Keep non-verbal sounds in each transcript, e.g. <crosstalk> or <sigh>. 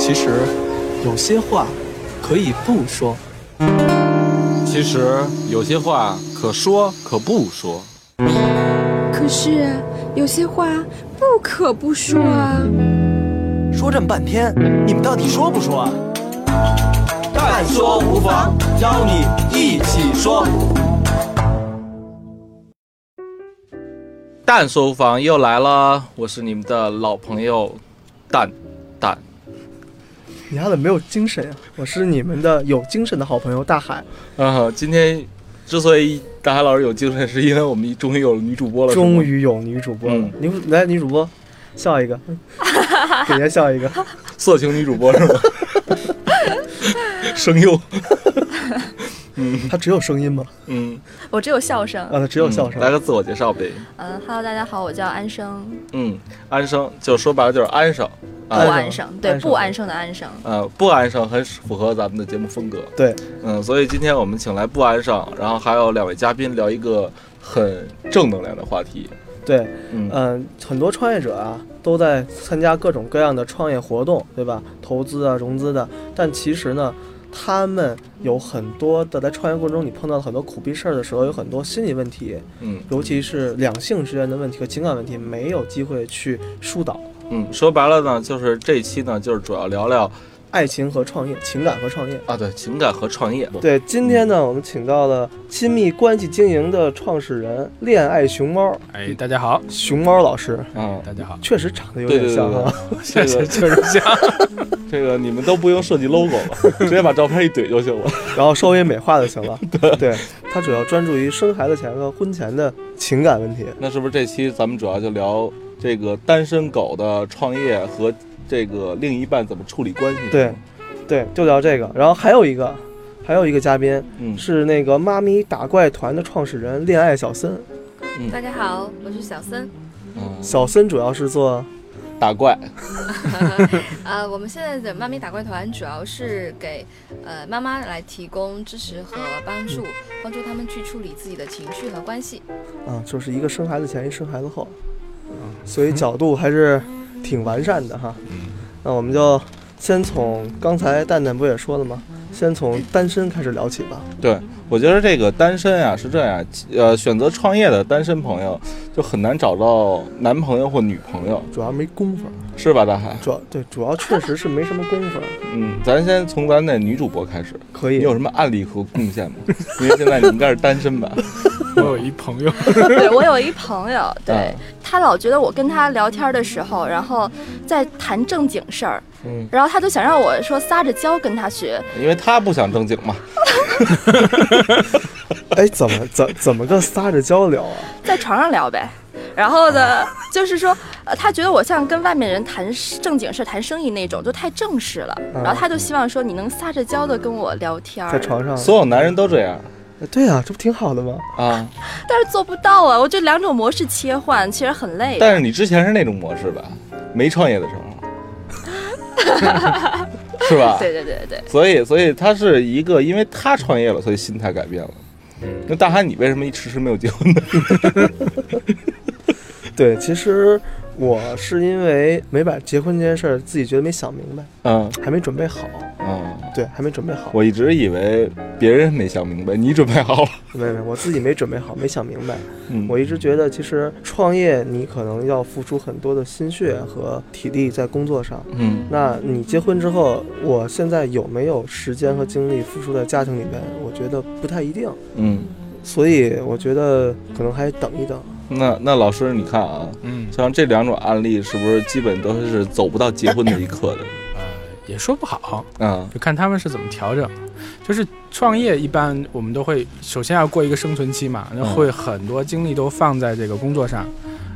其实，有些话可以不说。其实有些话可说可不说。可是啊有些话不可不说啊。说这么半天，你们到底说不说啊？但说无妨，邀你一起说。蛋说无妨又来了，我是你们的老朋友蛋蛋。你丫的没有精神呀、我是你们的有精神的好朋友大海，啊，今天之所以大海老师有精神，是因为我们终于有了女主播了。是吗终于有女主播了嗯。女、来，女主播，笑一 <laughs> 个，给爷笑一个。色情女主播 <laughs> 是吗？声优，她只有声音吗？嗯，我只有笑声。呃啊，她只有笑声。嗯来个自我介绍呗。嗯哈喽，大家好，我叫安生，嗯，安生就说白了就是安生，不啊安生安生，对，安生不安生的安生。呃，不安生很符合咱们的节目风格。对，嗯，所以今天我们请来不安生，然后还有两位嘉宾聊一个很正能量的话题。对，嗯，嗯，很多创业者啊都在参加各种各样的创业活动，对吧？投资啊、融资的，但其实呢，他们有很多的在创业过程中，你碰到很多苦逼事儿的时候，有很多心理问题，嗯尤其是两性之间的问题和情感问题，没有机会去疏导。嗯，说白了呢，就是这一期呢，就是主要聊聊爱情和创业，情感和创业。啊，对，情感和创业。对，今天呢，我们请到了亲密关系经营的创始人“恋爱熊猫哎，大家好”，熊猫老师， <laughs> 嗯，大家好，确实长得有对对对点像对啊。这 <laughs> 个就是像这个你们都不用设计 logo 了， <laughs> 直接把照片一怼就行了。 <laughs> 然后稍微美化就行 <laughs> 了。对，他主要专注于生孩子前和婚前的情感问题。那是不是这期咱们主要就聊这个单身狗的创业和这个另一半怎么处理关系？对，对，就聊这个。然后还有一个，还有一个嘉宾嗯，是那个妈咪打怪团的创始人恋爱小森。嗯大家好，我是小森。嗯小森主要是做打怪，呃，我们现在的妈咪打怪团主要是给呃妈妈来提供支持和帮助，帮助他们去处理自己的情绪和关系。啊，就是一个生孩子前，一生孩子后，嗯所 <laughs> 以角度还是挺完善的哈。那我们就先从刚才蛋蛋不也说了吗？先从单身开始聊起吧。我觉得这个单身啊是这样，呃，选择创业的单身朋友就很难找到男朋友或女朋友，主要没功夫，是吧，大海？主要对，主要确实是没什么功夫。嗯，咱先从咱那女主播开始，可你以有，什么案例和贡献吗？ <laughs> 因为现在你应该是单身吧？我有一朋友，对 <laughs> 我有一朋友，对嗯他老觉得我跟他聊天的时候，然后在谈正经事儿，嗯然后他就想让我说撒着娇跟他学，因为她不想正经嘛。哎，怎么怎怎么个撒着娇聊啊？在床上聊呗。然后呢，就是说，呃，他觉得我像跟外面人谈正经事、谈生意那种，就太正式了。嗯然后他就希望说你能撒着娇的跟我聊天儿，在床上？所有男人都这样对呀、这不挺好的吗？啊，但是做不到啊！我这两种模式切换其实很累的。但是你之前是那种模式吧？没创业的时候， <laughs> 是吧？对对对对，所以，所以他是一个，因为他创业了，所以心态改变了。那大海，你为什么一迟迟没有结婚 <laughs> 呢？对，其实我是因为没把结婚这件事儿自己觉得没想明白，嗯还没准备好。嗯，对，还没准备好。我一直以为别人没想明白，你准备好了。没没，我自己没准备好，没想明白。嗯，我一直觉得，其实创业你可能要付出很多的心血和体力在工作上。嗯那你结婚之后，我现在有没有时间和精力付出在家庭里面？我觉得不太一定，嗯，所以我觉得可能还等一等。那那老师，你看啊，嗯，像这两种案例，是不是基本都是走不到结婚那一刻 <laughs> 的？也说不好，啊，就看他们是怎么调整。就是创业一般我们都会首先要过一个生存期嘛，那嗯会很多精力都放在这个工作上。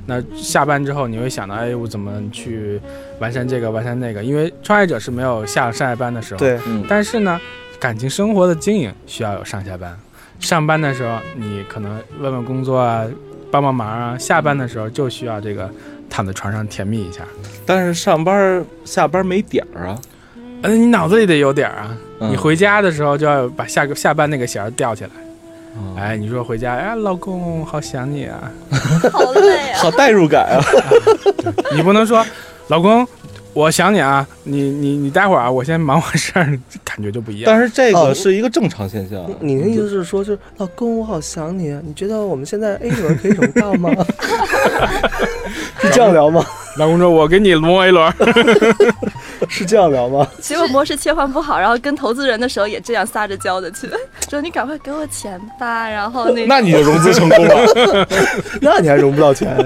那下班之后你会想到，哎，我怎么去完善这个完善那个？因为创业者是没有下上下班的时候，对，嗯但是呢，感情生活的经营需要有上下班。上班的时候，你可能问问工作啊，帮帮忙啊；下班的时候就需要这个躺在床上甜蜜一下。但是上班儿下班儿没点儿啊。那呃你脑子里得有点儿啊。嗯你回家的时候就要把下个下班那个弦儿吊起来。嗯哎，你说回家，哎，老公，好想你啊！ <laughs> 好累啊！好代入感啊！你不能说，老公，我想你啊，你你你待会儿啊，我先忙完事儿，感觉就不一样。但是这哦个是一个正常现象。啊嗯你的意思是说，就是老公，我好想你啊！你觉得我们现在 A 轮可以融到吗？ <laughs> 是这样聊吗？ <laughs> 老公说：“我给你挪一轮。 <laughs> 是这样聊吗？结果模式切换不好，然后跟投资人的时候也这样撒着娇的去，说你赶快给我钱吧，然后那那你就融资成功了，那你还融不到钱，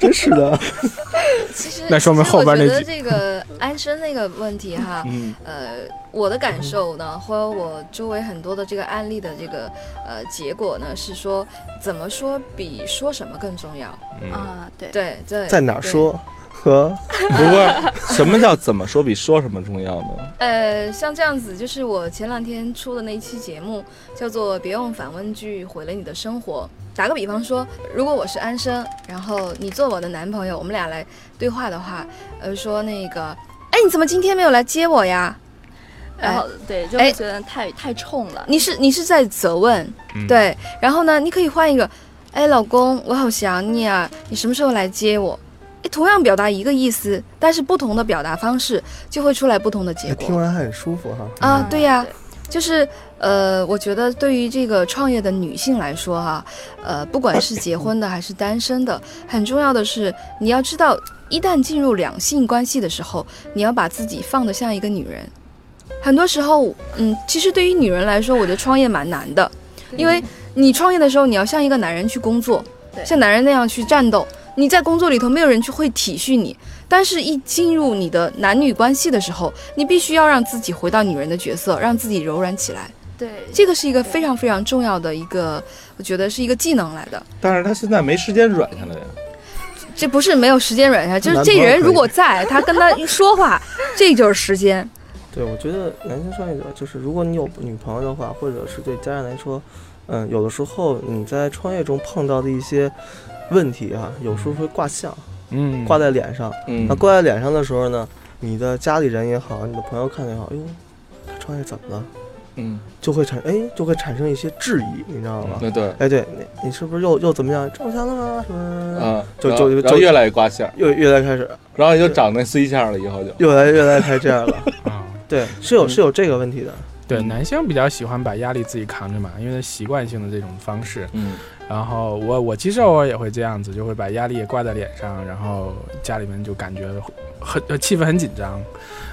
真是的。其实那说明其实后边那我觉得几这 <laughs> 个安身那个问题哈，嗯呃，我的感受呢，和我周围很多的这个案例的这个呃结果呢，是说怎么说比说什么更重要。啊，对，对对，在哪儿对？说和嗯不过什么叫怎么说比说什么重要呢？呃，像这样子，就是我前两天出的那一期节目，叫做《别用反问句毁了你的生活》。打个比方说，如果我是安生，然后你做我的男朋友，我们俩来对话的话，呃，说那个，哎，你怎么今天没有来接我呀？然后对就哎会觉得太太冲了。你是你是在责问，嗯对。然后呢，你可以换一个，哎，老公，我好想你啊，你什么时候来接我？哎，同样表达一个意思，但是不同的表达方式就会出来不同的结哎听果。完还很舒服哈。啊，对呀、对就是呃，我觉得对于这个创业的女性来说哈、呃，不管是结婚的还是单身的，很重要的是你要知道，一旦进入两性关系的时候，你要把自己放得像一个女人。很多时候，嗯，其实对于女人来说，我觉得创业蛮难的，因为你创业的时候，你要像一个男人去工作，对像男人那样去战斗。你在工作里头，没有人去会体恤你，但是一进入你的男女关系的时候，你必须要让自己回到女人的角色，让自己柔软起来。对这个是一个非常非常重要的一个，我觉得是一个技能来的。但是他现在没时间软下来呀。这不是没有时间软下，就是男这朋友人可以如果在，他跟他说话，这就是时间。对，我觉得男性创业者就是，如果你有女朋友的话，或者是对家人来说，嗯，有的时候你在创业中碰到的一些问题啊，有时候会挂相，”嗯，挂在脸上。嗯那挂在脸上的时候呢，你的家里人也好，你的朋友看也好，哎呦，他创业怎么了？嗯，就会产哎，就会产生一些质疑，你知道吗？对对，哎，对你你是不是又又怎么样中枪了吗？什么什么什么？嗯，就然就后然就后越来越刮线儿，又又来开始，然后就长那 C 线了，以后就又来又来开这样了。 <laughs> 啊，对，是有是有这个问题的。嗯对，男性比较喜欢把压力自己扛着嘛，因为他习惯性的这种方式。嗯然后我我其实偶尔也会这样子，就会把压力也挂在脸上，然后家里面就感觉很呃气氛很紧张。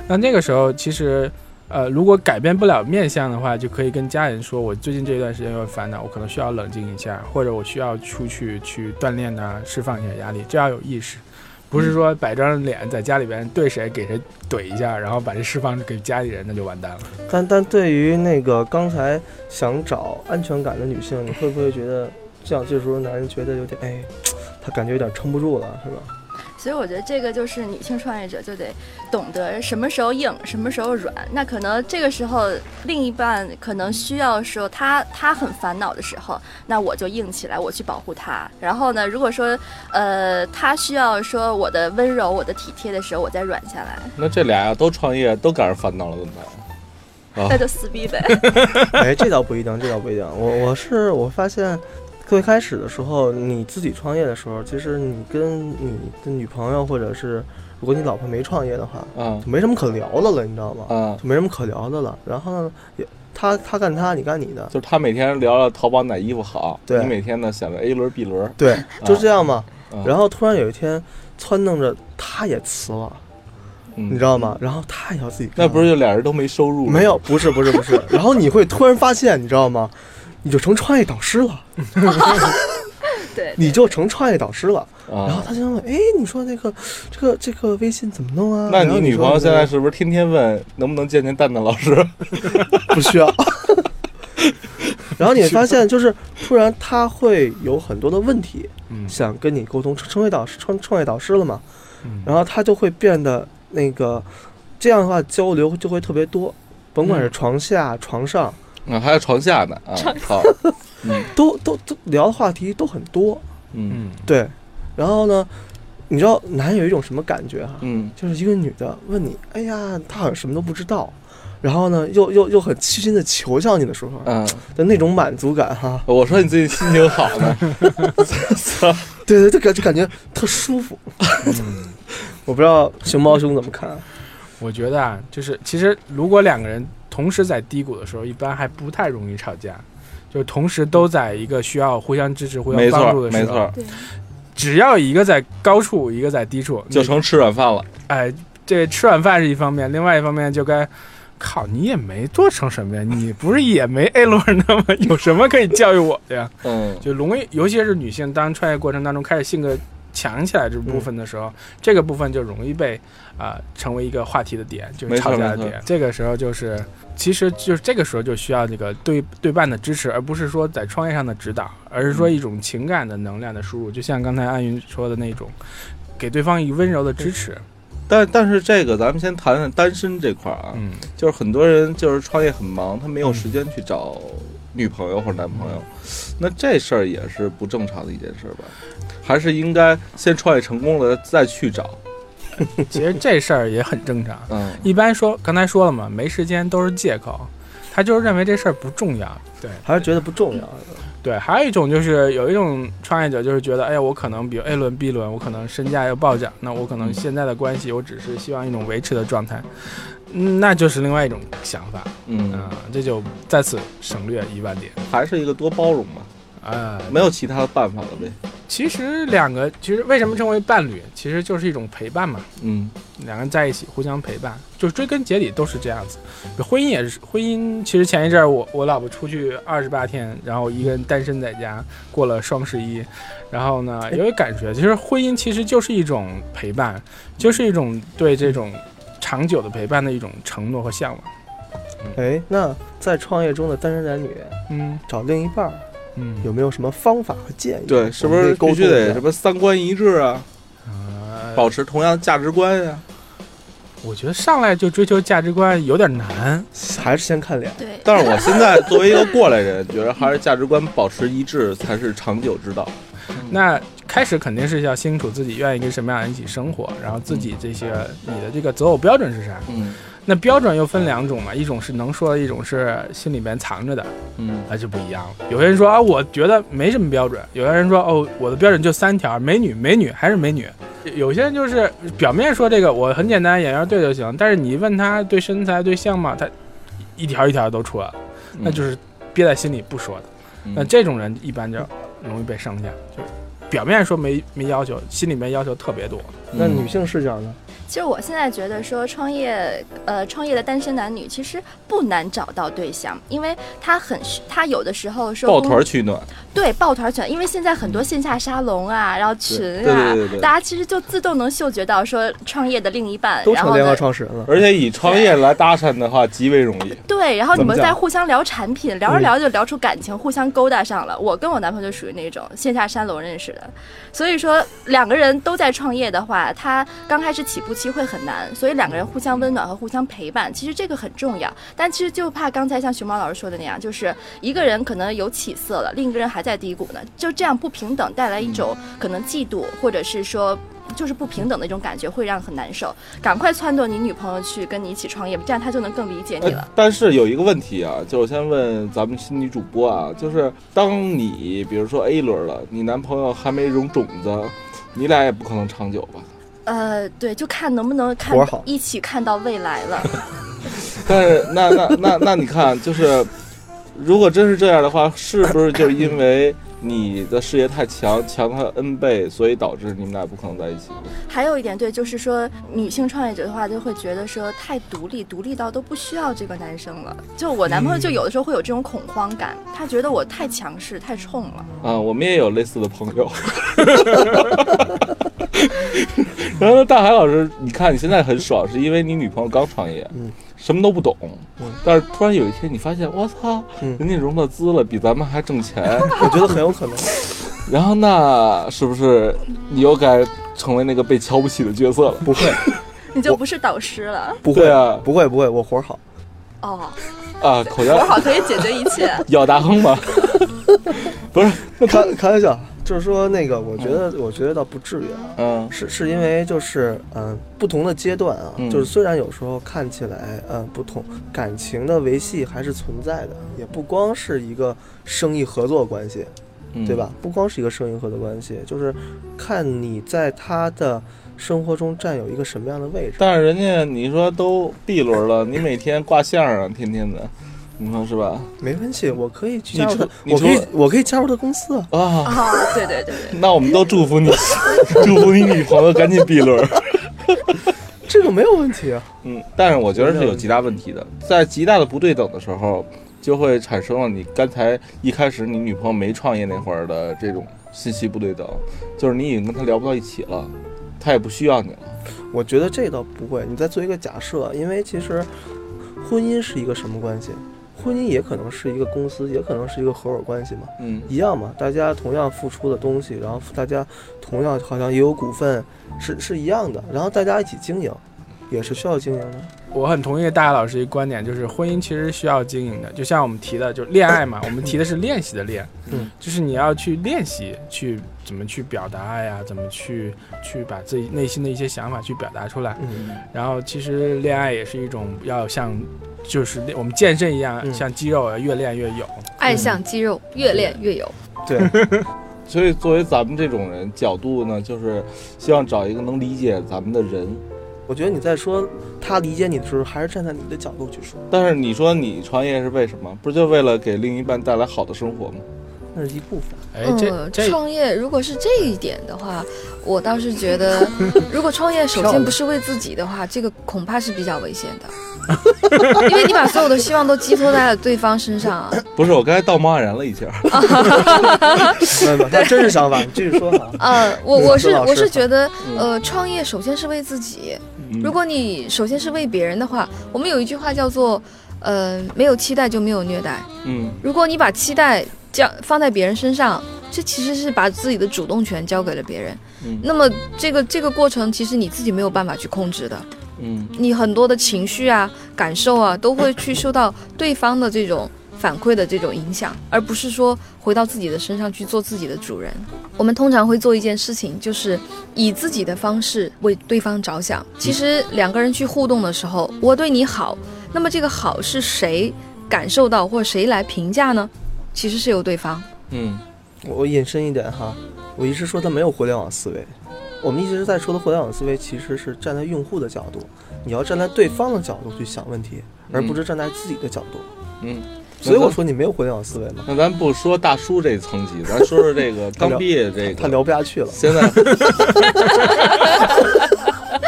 那那个时候其实。呃，如果改变不了面相的话，就可以跟家人说，我最近这一段时间有烦恼，我可能需要冷静一下，或者我需要出去去锻炼呐、释放一下压力，这要有意识，不是说摆张脸在家里边对谁给谁怼一下，然后把这释放给家里人，那就完蛋了。但但对于那个刚才想找安全感的女性，你会不会觉得这样？这时候男人觉得有点哎，他感觉有点撑不住了，是吧？ <laughs> 所以我觉得这个就是女性创业者就得懂得什么时候硬，什么时候软。那可能这个时候另一半可能需要说他他很烦恼的时候，那我就硬起来，我去保护他。然后呢，如果说呃他需要说我的温柔、我的体贴的时候，我再软下来，那这俩呀都创业，都赶上烦恼了，怎么办？啊那就撕逼呗。哎，这倒不一定，这倒不一定。我我是我发现。最开始的时候，你自己创业的时候，其实你跟你的女朋友，或者是如果你老婆没创业的话，啊就没什么可聊的了，你知道吗？啊，就没什么可聊的了。然后呢，也他他干他，你干你的，就是他每天聊聊淘宝哪衣服好，对你每天呢想着 A 轮 B 轮，对，就这样嘛。啊然后突然有一天，撺掇着他也辞了，你你知？道吗？然后他也要自己嗯干，那不是就俩人都没收入？没有，，不是不是 <laughs> 不是。然后你会突然发现，你知道吗？你就成创业导师了，对， <laughs> 你就成创业导师了。然后啊，他就问：“哎，你说那个这个这个微信怎么弄啊？”那然后你女说朋友那现个在是不是天天问能不能见见蛋蛋老师？不需要。然后你发现，就是突然他会有很多的问题，嗯想跟你沟通，成成为导师，创创业导师了嘛，嗯然后他就会变得那个，这样的话交流就会特别多，甭管是嗯床下、床上， <laughs> 啊，还有床下呢啊，好，嗯都都都聊的话题都很多，嗯嗯，对。然后呢，你知道男人有一种什么感觉哈、嗯就是一个女的问你，哎呀，她好像什么都不知道，然后呢，又又又很虚心的求教你的时候嗯，的那种满足感哈、 <laughs> 我说你最近心情好 <laughs> 呢，对对，就感就感觉特舒服。我不知道熊猫兄怎么看啊，我觉得啊，就是其实如果两个人同时在低谷的时候，一般还不太容易吵架，就同时都在一个需要互相支持、互相没帮错助的时候，没错，对，只要一个在高处，一个在低处，就成吃软饭了。哎，这吃软饭是一方面，另外一方面就该，靠，你也没做成什么呀，你不是也没 A 轮的吗？有什么可以教育我的呀？嗯，就容易，尤其是女性，当创业过程当中开始性格强起来这部分的时候，这个部分就容易被啊、呃成为一个话题的点，就是没错吵架的没错点。这个时候就是，其实就是这个时候就需要这个对对半的支持，而不是说在创业上的指导，而是说一种情感的能量的输入，就像刚才安云说的那种，给对方以温柔的支持。啊但但是这个咱们先谈谈单身这块儿啊，嗯，就是很多人就是创业很忙，他没有时间去找女朋友或者男朋友，那这事儿也是不正常的一件事儿吧？还是应该先创业成功了再去找？其实这事儿也很正常。嗯，一般说，刚才说了嘛，没时间都是借口，他就是认为这事儿不重要。对，还是觉得不重要。对，还有一种就是有一种创业者就是觉得，哎呀，我可能比如 A 轮、B 轮，我可能身价要暴涨，那我可能现在的关系，我只是希望一种维持的状态，嗯，那就是另外一种想法，嗯，啊、这就在此省略一万点，还是一个多包容吧，啊、没有其他的办法了呗。其实两个，其实为什么称为伴侣，其实就是一种陪伴嘛，嗯，两个人在一起互相陪伴，就追根结底都是这样子。婚姻也是，婚姻其实前一阵儿我我老婆出去二十八天，然后一个人单身在家过了双十一，然后呢也有感觉，其实婚姻其实就是一种陪伴，就是一种对这种长久的陪伴的一种承诺和向往。哎，那在创业中的单身男女嗯找另一半儿嗯，有没有什么方法和建议？对，是不我是们可以必沟须通一得下哎什么三观一致啊，呃保持同样的价值观呀、我觉得上来就追求价值观有点难。还是先看脸。对，但是我现在作为一个过来人，觉得还是价值观保持一致才是长久之道。那开始肯定是要清楚自己愿意跟什么样的人一起生活，然后自己这些你的这个择偶标准是啥。嗯那标准又分两种嘛，一种是能说的，一种是心里面藏着的，嗯，那就不一样了。有些人说啊，我觉得没什么标准；有些人说哦，我的标准就三条：美女、美女还是美女。有些人就是表面说这个我很简单，眼缘对就行，但是你一问他对身材、对相貌，他一条一条都出来了，那就是是憋在心里不说的。嗯那这种人一般就容易被上下，就是表面说没没要求，心里面要求特别多。那嗯女性视角呢？其实我现在觉得说创业，呃，创业的单身男女其实不难找到对象，因为他很需他有的时候说抱团取暖，对抱团选，因为现在很多线下沙龙啊，然后群啊，对对对对大家其实就自动能嗅觉到说创业的另一半，都然成后联合呢，创始人了。而且以创业来搭讪的话极为容易。对，然后你怎么们讲再互相聊产品，聊着嗯聊着就聊出感情，互相勾搭上了。我跟我男朋友就属于那种线下山楼认识的，所以说两个人都在创业的话，他刚开始起步期会很难，所以两个人互相温暖和互相陪伴，其实这个很重要。但其实就怕刚才像熊猫老师说的那样，就是一个人可能有起色了，另一个人还在低谷呢，就这样不平等带来一种可能嫉妒，或者是说。就是不平等的一种感觉，会让很难受。赶快撺掇你女朋友去跟你一起创业，这样她就能更理解你了呃。但是有一个问题啊，就是我先问咱们新女主播啊，就是当你比如说 A 轮了，你男朋友还没融种子，你俩也不可能长久吧？呃，对，就看能不能看活儿好一起看到未来了。但是那那那那你看，就是如果真是这样的话，是不是就是因为你的事业太强，强他 N 倍，所以导致你们俩不可能在一起？还有一点，对，就是说女性创业者的话，就会觉得说太独立，独立到都不需要这个男生了。就我男朋友就有的时候会有这种恐慌感，他觉得我太强势、太冲了。啊，我们也有类似的朋友。 <laughs> 然后大海老师，你看你现在很爽，是因为你女朋友刚创业，嗯什么都不懂，嗯但是突然有一天你发现，我操，嗯人家融了资了，比咱们还挣钱，我觉得很有可能。然后那是不是你又该成为那个被瞧不起的角色了？不 <laughs> 会，你就不是导师了不对会啊不会，不会，我活儿好。哦，啊，口活罩 <laughs> 好可以解决一切。咬大亨吧，不是，开开玩笑，就是说那个，我觉得，我觉得倒不至于啊。嗯 <laughs> 是是因为就是嗯、呃不同的阶段啊，嗯就是虽然有时候看起来嗯、呃不同，感情的维系还是存在的，也不光是一个生意合作关系，嗯对吧？？不光是一个生意合作关系，就是看你在他的生活中占有一个什么样的位置。但是人家你说都 B 轮了，你每天挂相啊，天天的，你说是吧？没关系，我可以你去加入出他，你我出可以我可以加入他公司啊。啊，哦，对对对对， <laughs> 那我们都祝福你，祝福你女朋友赶紧 B 轮。这个没有问题啊。嗯，但是我觉得是有极大问题的，在极大的不对等的时候，就会产生了你刚才一开始你女朋友没创业那会儿的这种信息不对等，就是你已经跟她聊不到一起了，她也不需要你了。我觉得这倒不会。你再做一个假设，因为其实婚姻是一个什么关系？婚姻也可能是一个公司，也可能是一个合伙关系嘛，嗯一样嘛，大家同样付出的东西，然后大家同样好像也有股份，是 <laughs> 是一样的，然后大家一起经营，也是需要经营的。我很同意大海老师一个观点，就是婚姻其实需要经营的，就像我们提的，就是恋爱嘛，我们提的是练习的练，嗯，就是你要去练习，去怎么去表达爱呀，怎么去去把自己内心的一些想法去表达出来。嗯，然后其实恋爱也是一种要像，就是我们健身一样，嗯像肌肉越练越有。爱像肌肉，越练越有。对，所以作为咱们这种人角度呢，就是希望找一个能理解咱们的人。我觉得你在说他理解你的时候，还是站在你的角度去说，但是你说你创业是为什么？不是就为了给另一半带来好的生活吗？那是一部分。 <laughs> 哎，这嗯，这创业如果是这一点的话，我倒是觉得，如果创业首先不是为自己的话，这个恐怕是比较危险的，因为你把所有的希望都寄托在了对方身上啊。不是，我刚才道貌岸然了一下。没有没有，他真实想法，你继续说啊。呃，我嗯我孙是老师我是觉得，嗯呃，创业首先是为自己，嗯如果你首先是为别人的话，我们有一句话叫做，呃，没有期待就没有虐待。嗯，如果你把期待交放在别人身上，这其实是把自己的主动权交给了别人。嗯那么这个这个过程，其实你自己没有办法去控制的，嗯你很多的情绪啊、感受啊，都会去受到对方的这种。反馈的这种影响，而不是说回到自己的身上去做自己的主人。我们通常会做一件事情，就是以自己的方式为对方着想。其实两个人去互动的时候，我对你好，那么这个好是谁感受到或者谁来评价呢？其实是由对方。嗯我引申一点哈，我一直说它没有互联网思维。我们一直在说的互联网思维，其实是站在用户的角度，你要站在对方的角度去想问题，而不是站在自己的角度。嗯，所以我说你没有互联网思维嘛，那咱不说大叔这层级，咱说说这个刚毕业这他个。聊不下去了。现在， <laughs>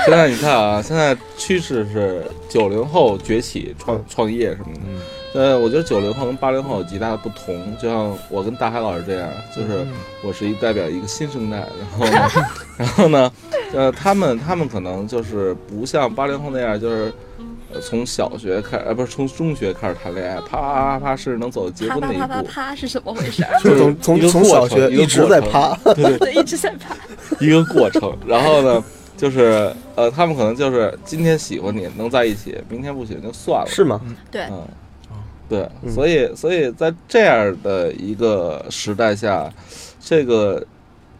现在你看啊，现在趋势是九零后崛起创创业什么的。嗯呃，我觉得九零后跟八零后有极大的不同。就像我跟大海老师这样，就是嗯我是一代表一个新生代，然后 <laughs> 呢，然后呢，呃，他们他们可能就是不像八零后那样，就是。呃从小学开，呃，不是从中学开始谈恋爱，啪啪啪啪，是能走到结啪婚啪那啪一啪步。啪是怎么回事儿？就是从从一个从过小程学一个一直在过程爬， <laughs> 对，一直在啪。一个过程。然后呢，就是呃，他们可能就是今天喜欢你，能在一起，明天不喜欢就算了。是吗？对，嗯，对，嗯所以所以在这样的一个时代下，这个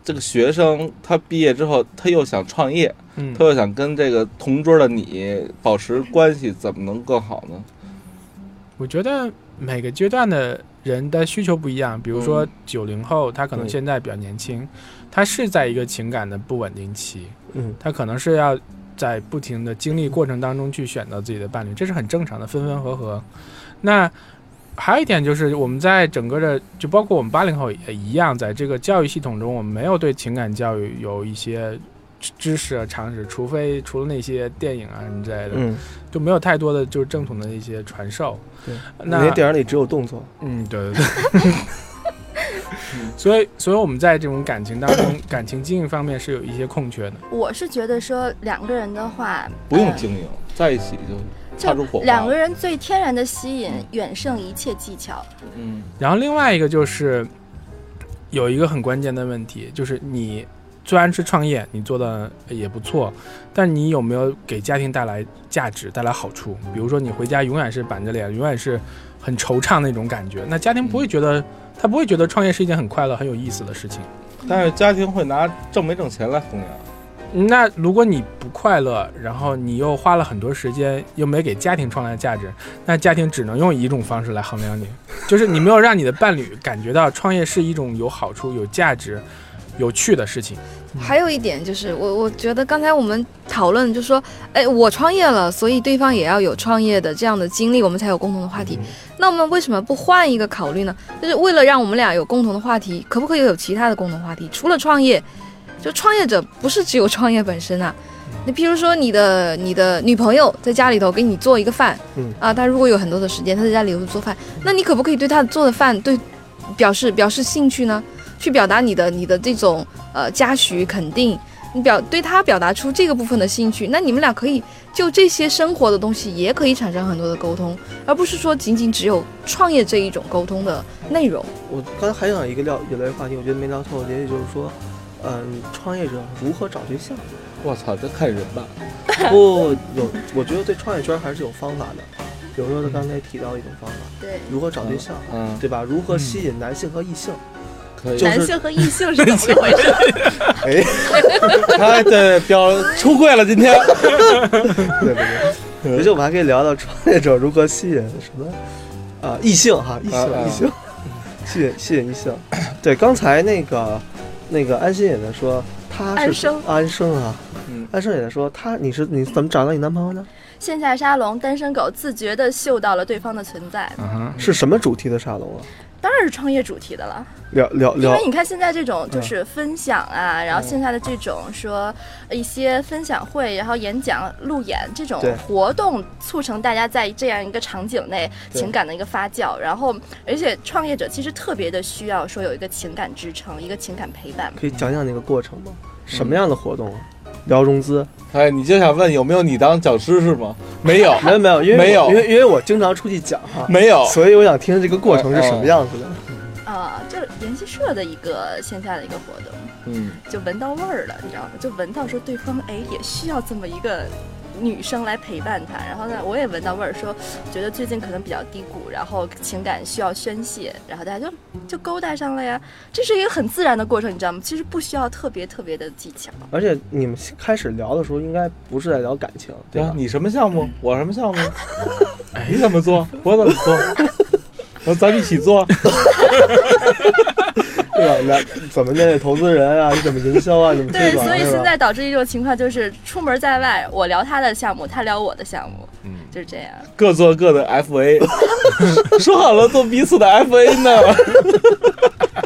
这个学生他毕业之后，他又想创业，嗯他又想跟这个同桌的你保持关系，怎么能更好呢？我觉得每个阶段的人的需求不一样，比如说嗯九零后，他可能对现在比较年轻，他是在一个情感的不稳定期，嗯，他可能是要在不停的经历过程当中去选择自己的伴侣，这是很正常的，分分合合。那还有一点就是，我们在整个的，就包括我们八零后也一样，在这个教育系统中，我们没有对情感教育有一些知知识啊、常识，除非除了那些电影啊什么之类的，嗯，就没有太多的就是正统的一些传授。对，那那电影里嗯只有动作。嗯，对对对。 <laughs> 所以，所以我们在这种感情当中，感情经营方面是有一些空缺的。我是觉得说两个人的话，不用呃经营，在一起就擦就出火花两个人最天然的吸引远胜一切技巧。嗯然后另外一个就是有一个很关键的问题，就是你虽然是创业，你做的也不错，但你有没有给家庭带来价值、带来好处？比如说你回家永远是板着脸，永远是很惆怅那种感觉，那家庭不会觉得，他不会觉得创业是一件很快乐、很有意思的事情。但是家庭会拿挣没挣钱来衡量。那如果你不快乐，然后你又花了很多时间，又没给家庭创造价值，那家庭只能用一种方式来衡量你，就是你没有让你的伴侣感觉到创业是一种有好处、有价值，有趣的事情。还有一点就是，我我觉得刚才我们讨论就说，哎，我创业了，所以对方也要有创业的这样的经历，我们才有共同的话题。那我们为什么不换一个考虑呢？就是为了让我们俩有共同的话题，可不可以有其他的共同话题？除了创业，就创业者不是只有创业本身啊。你譬如说，你的你的女朋友在家里头给你做一个饭，嗯啊，她如果有很多的时间，她在家里头做饭，那你可不可以对她做的饭对表示表示兴趣呢？去表达你的你的这种呃嘉许肯定，你表对他表达出这个部分的兴趣，那你们俩可以就这些生活的东西也可以产生很多的沟通，而不是说仅仅只有创业这一种沟通的内容。我刚才还想一个聊有聊一个话题，我觉得没聊透，也就是说，嗯、创业者如何找对象？我操，这看人吧。 <laughs> 不有，我觉得对创业圈还是有方法的。比如说他刚才提到一种方法，对，如何找对象，嗯，对吧？如何吸引男性和异性？可以就。嗯男是性和异 <laughs> 性是怎么个回事？哎，对，表出柜了，今 <laughs> 天。对对对。而且我们还可以聊到创业者如何吸引什么啊异性哈，异啊性啊异性，吸引吸引异性。对，刚才那个那个安心也在说，他是安生安生啊嗯，安生也在说他你是你怎么找到你男朋友呢？线下沙龙，单身狗自觉地嗅到了对方的存在，嗯哼，是什么主题的沙龙啊？当然是创业主题的了。聊聊因聊嗯为你看现在这种就是分享啊，然后线下的这种说一些分享会，然后演讲、路演这种对活动，促成大家在这样一个场景内对情感的一个发酵。然后，而且创业者其实特别的需要说有一个情感支撑，一个情感陪伴。可以讲讲那个过程吗？什么样的活动啊？聊融资？哎，你就想问有没有你当讲师是吗？没有，没有没嗯有，因为没有嗯因为因为我经常出去讲哈，没有。所以我想听这个过程是什么样子的。啊，这研习社的一个线下的一个活动，嗯，就闻到味儿了，你知道吗？就闻到说对方哎也需要这么一个女生来陪伴他。然后呢，我也闻到味儿，说觉得最近可能比较低谷，然后情感需要宣泄，然后大家就就勾搭上了呀。这是一个很自然的过程，你知道吗？其实不需要特别特别的技巧。哦而且你们开始聊的时候，应该不是在聊感情，对然吧啊后？你什么项目？嗯我什么项目？哎你怎么做？我怎么做？然后咱们一起 <laughs> 做。对吧？聊怎么面对投资人啊？你怎么营销啊？你怎 <laughs> 么推对，广啊？所以是吧现在导致一种情况就是，出门在外，我聊他的项目，他聊我的项目，嗯，就是这样。各做各的 FA，说好了做彼此的 FA 呢？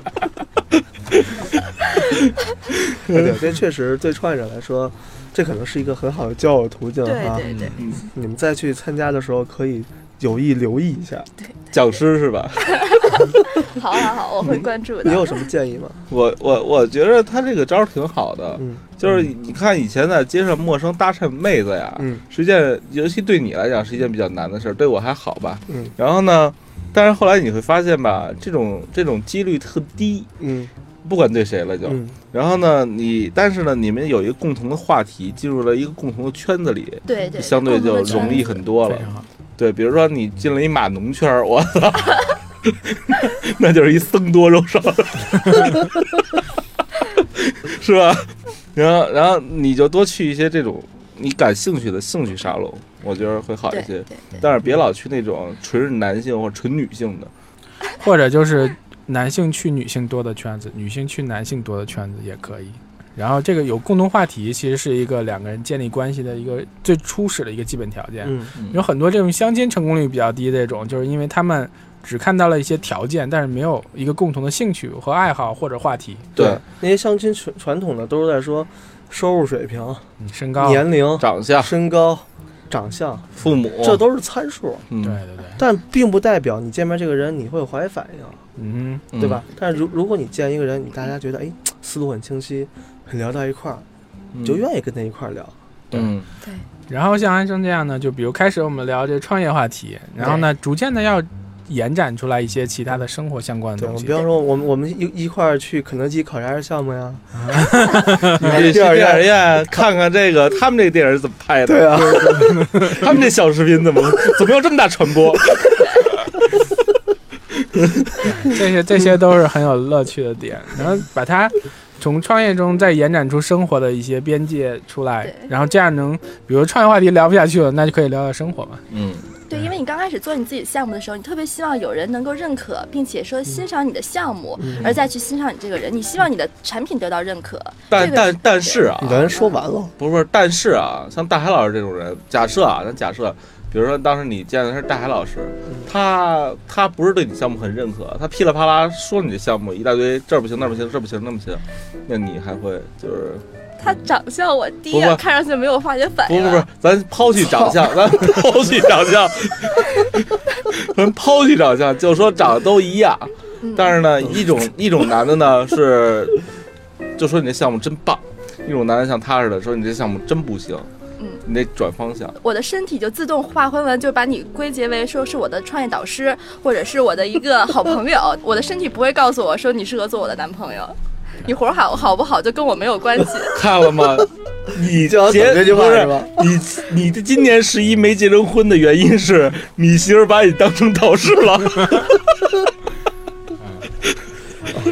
对对，嗯这确实对创业者来说，这可能是一个很好的交友途径对哈。对对你们再去参加的时候，可以有意留意一下。讲师是吧？对，好好好，我会关注的。嗯你有什么建议 <laughs> 吗？我我我觉得他这个招儿挺好的，嗯就是你看以前在街上陌生搭讪妹子呀，嗯是一件尤其对你来讲是一件比较难的事儿，对我还好吧。嗯然后呢，但是后来你会发现吧，这种这种几率特低，嗯不管对谁了就。嗯，然后呢，你但是呢，你们有一个共同的话题，进入了一个共同的圈子里，对对，相对就容易很多了非。常好。对，比如说你进了一码农圈儿，我 <laughs> 操，那就是一僧多肉少，是吧？ <laughs> 然后，然后你就多去一些这种你感兴趣的兴趣沙龙，我觉得会好对一对些。对。但是别老去那种纯男性或纯女性的，或者就是男性去女性多的圈子，女性去男性多的圈子也可以。然后这个有共同话题，其实是一个两个人建立关系的一个最初始的一个基本条件。嗯有很多这种相亲成功率比较低的这种，就是因为他们只看到了一些条件，但是没有一个共同的兴趣和爱好或者话题。对，那些相亲传传统的都是在说收入水平、嗯身高，对年龄、长相、身高、长相，父母，这都是参数，嗯对对，但并不代表你见面这个人你会有化学反应，嗯，嗯对吧？但如如果你见一个人，你大家觉得哎思路很清晰，很聊到一块儿，嗯你就愿意跟他一块儿聊。嗯然后像安生这样呢，就比如开始我们聊这创业话题，然后呢，逐渐的要延展出来一些其他的生活相关的对，东我们西比。方说，我们我们一一块儿去肯德基考察一下项目 <laughs> 呀，你得去第二电天影院看看这个他们这个电影是怎么拍的， <laughs> 对啊，他们这小视频怎么怎么有这么大传播？这些这些都是很有乐趣的点，然后把它从创业中再延展出生活的一些边界出来对， <laughs> 然后这样能，比如创业话题聊不下去了，那就可以聊聊生活嘛。嗯，对，因为你刚开始做你自己的项目的时候，你特别希望有人能够认可，并且说欣赏你的项目，嗯而再去欣赏你这个人。你希望你的产品得到认可，但这个但但是啊，你刚才说完了，不是不是，但是啊，像大海老师这种人，假设啊，咱假设，比如说当时你见的是大海老师，他他不是对你项目很认可，他噼里啪啦说你这项目一大堆，这儿不行那儿不行，这儿不行那儿不行，那你还会就是他长相我第一不眼不看上去没有化学反不应。不不，咱抛弃长相， <laughs> 咱抛弃长相， <laughs> 咱抛弃长相，就说长得都一样，嗯但是呢，一种一种男的呢是就说你这项目真棒，一种男的像他似的说你这项目真不行，嗯你得转方向。我的身体就自动划分为，就把你归结为说是我的创业导师，或者是我的一个好朋友。 <laughs> 我的身体不会告诉我说你适合做我的男 <laughs> 朋友，你活儿好好不好就跟我没有关系。看了 <laughs> 吗？你就要结等这句话不是吧你你的今年十一没结成婚的原因是你媳妇儿把你当成导师了。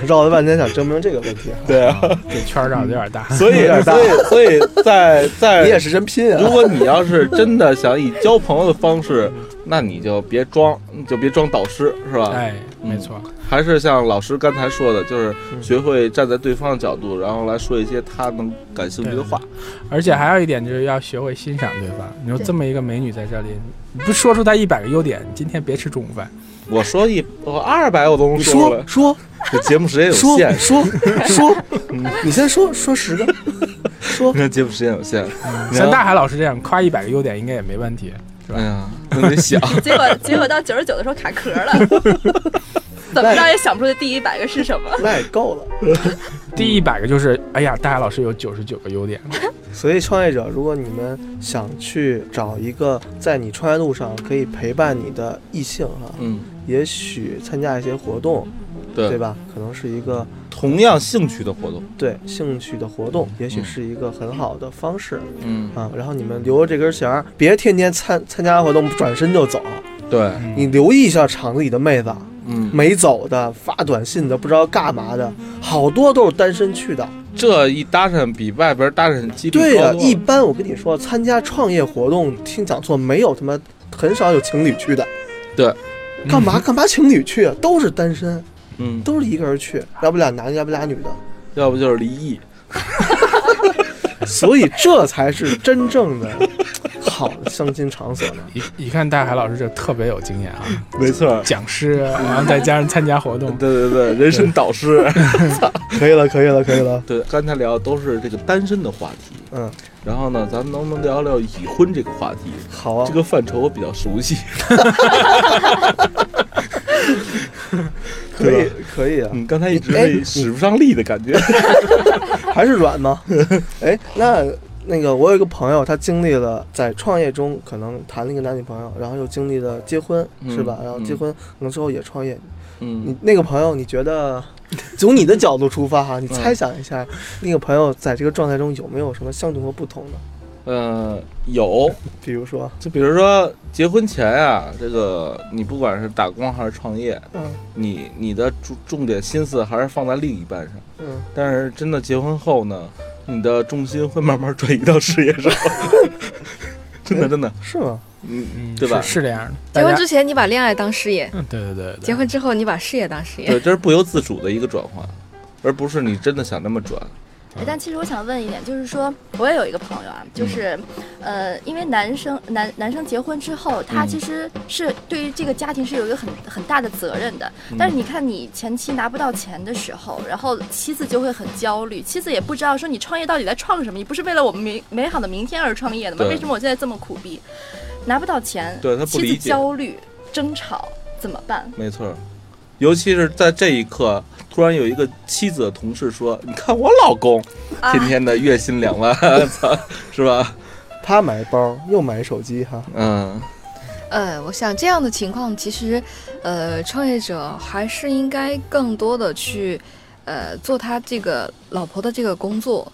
绕了半天想证明这个问题啊，对啊，这圈儿绕的有点大。所以所以所以在在你也是真 <laughs> 拼如啊！果你要是真的想以交朋友的方式，那你就别装，你就别装导师，是吧？哎，嗯没错，还是像老师刚才说的，就是学会站在对方的角度，然后来说一些他能感兴趣的话。而且还有一点就是要学会欣赏对方。你说对这么一个美女在这里，你不说出她一百个优点，你今天别吃中午饭。我说一我二百我都能你说说了，说这节目时间有说限，说 <laughs> 说，你先说说十个，说你看节目时间有限，你要像嗯大海老师这样夸一百个优点，应该也没问题。是吧哎呀，那得 <laughs> 想。结果结果到九十九的时候卡 <laughs> 壳了，怎么着也想不出这第一百个是什么。那也够了。第一百个就是，哎呀，大海老师有九十九个优点，所以，创业者，如果你们想去找一个在你创业路上可以陪伴你的异性啊，嗯，也许参加一些活动，对，对吧？可能是一个同样兴趣的活动，对兴趣的活动，也许是一个很好的方式嗯，啊。然后你们留着这根弦儿，别天天参参加活动转身就走，对，你留意一下厂子里的妹子，啊嗯，没走的、发短信的、不知道干嘛的，好多都是单身去的。这一搭讪比外边搭讪几率对呀、高嗯多一了。般我跟你说，参加创业活动听讲座没有他妈很少有情侣去的。对，嗯干嘛干嘛情侣去啊？都是单身，嗯，都是一个人去，要不俩男的，要不俩女的。要不就是离异，所以这才是真正的好的相亲场所呢。一一看大海老师这特别有经验啊，没错儿。讲师，然后再加上参加活动， <laughs> 对对对，人生导师。可以了，可以了，可以了。 <laughs> 对，刚才聊的都是这个单身的话题，嗯，然后呢，咱们能不能聊聊已婚这个话题？好啊这，个范畴我比较熟悉。可以，可以啊。 <laughs> 嗯，刚才一直哎被使不上力的 <laughs> 感觉。还是软吗？ <laughs> 哎，那那个我有一个朋友，他经历了在创业中可能谈了一个男女朋友，然后又经历了结婚，嗯是吧？然后结婚可能之后也创业。嗯你那个朋友，你觉得 <laughs> 从你的角度出发哈，你猜想一下，那个朋友在这个状态中有没有什么相同和不同呢？呃，有，比如说，就比如说结婚前啊，这个你不管是打工还是创业，嗯你你的重重点心思还是放在另一半上，嗯，但是真的结婚后呢，你的重心会慢慢转移到事业上， <laughs> 真的真的，是吗？嗯嗯，对吧是是这样的，结大婚家之，前你把恋爱当事业，嗯，对对对，对结婚之后你把事业当事业。对，这是不由自主的一个转换，而不是你真的想那么转。哎但其实我想问一点，就是说，我也有一个朋友啊，嗯就是，呃，因为男生男男生结婚之后，他嗯其实是对于这个家庭是有一个很很大的责任的。嗯但是你看，你前期拿不到钱的时候，然后妻子就会很焦虑，妻子也不知道说你创业到底在创什么，你不是为了我们明美好的明天而创业的吗？对为什么我现在这么苦逼，拿不到钱，对他不妻理子解焦虑争吵怎么办？没错儿，尤其是在这一刻，突然有一个妻子的同事说：“你看我老公，啊天天的月薪两万， <laughs> 操是吧？”他买包又买手机哈，嗯，呃，我想这样的情况其实，呃，创业者还是应该更多的去，呃，做他这个老婆的这个工作。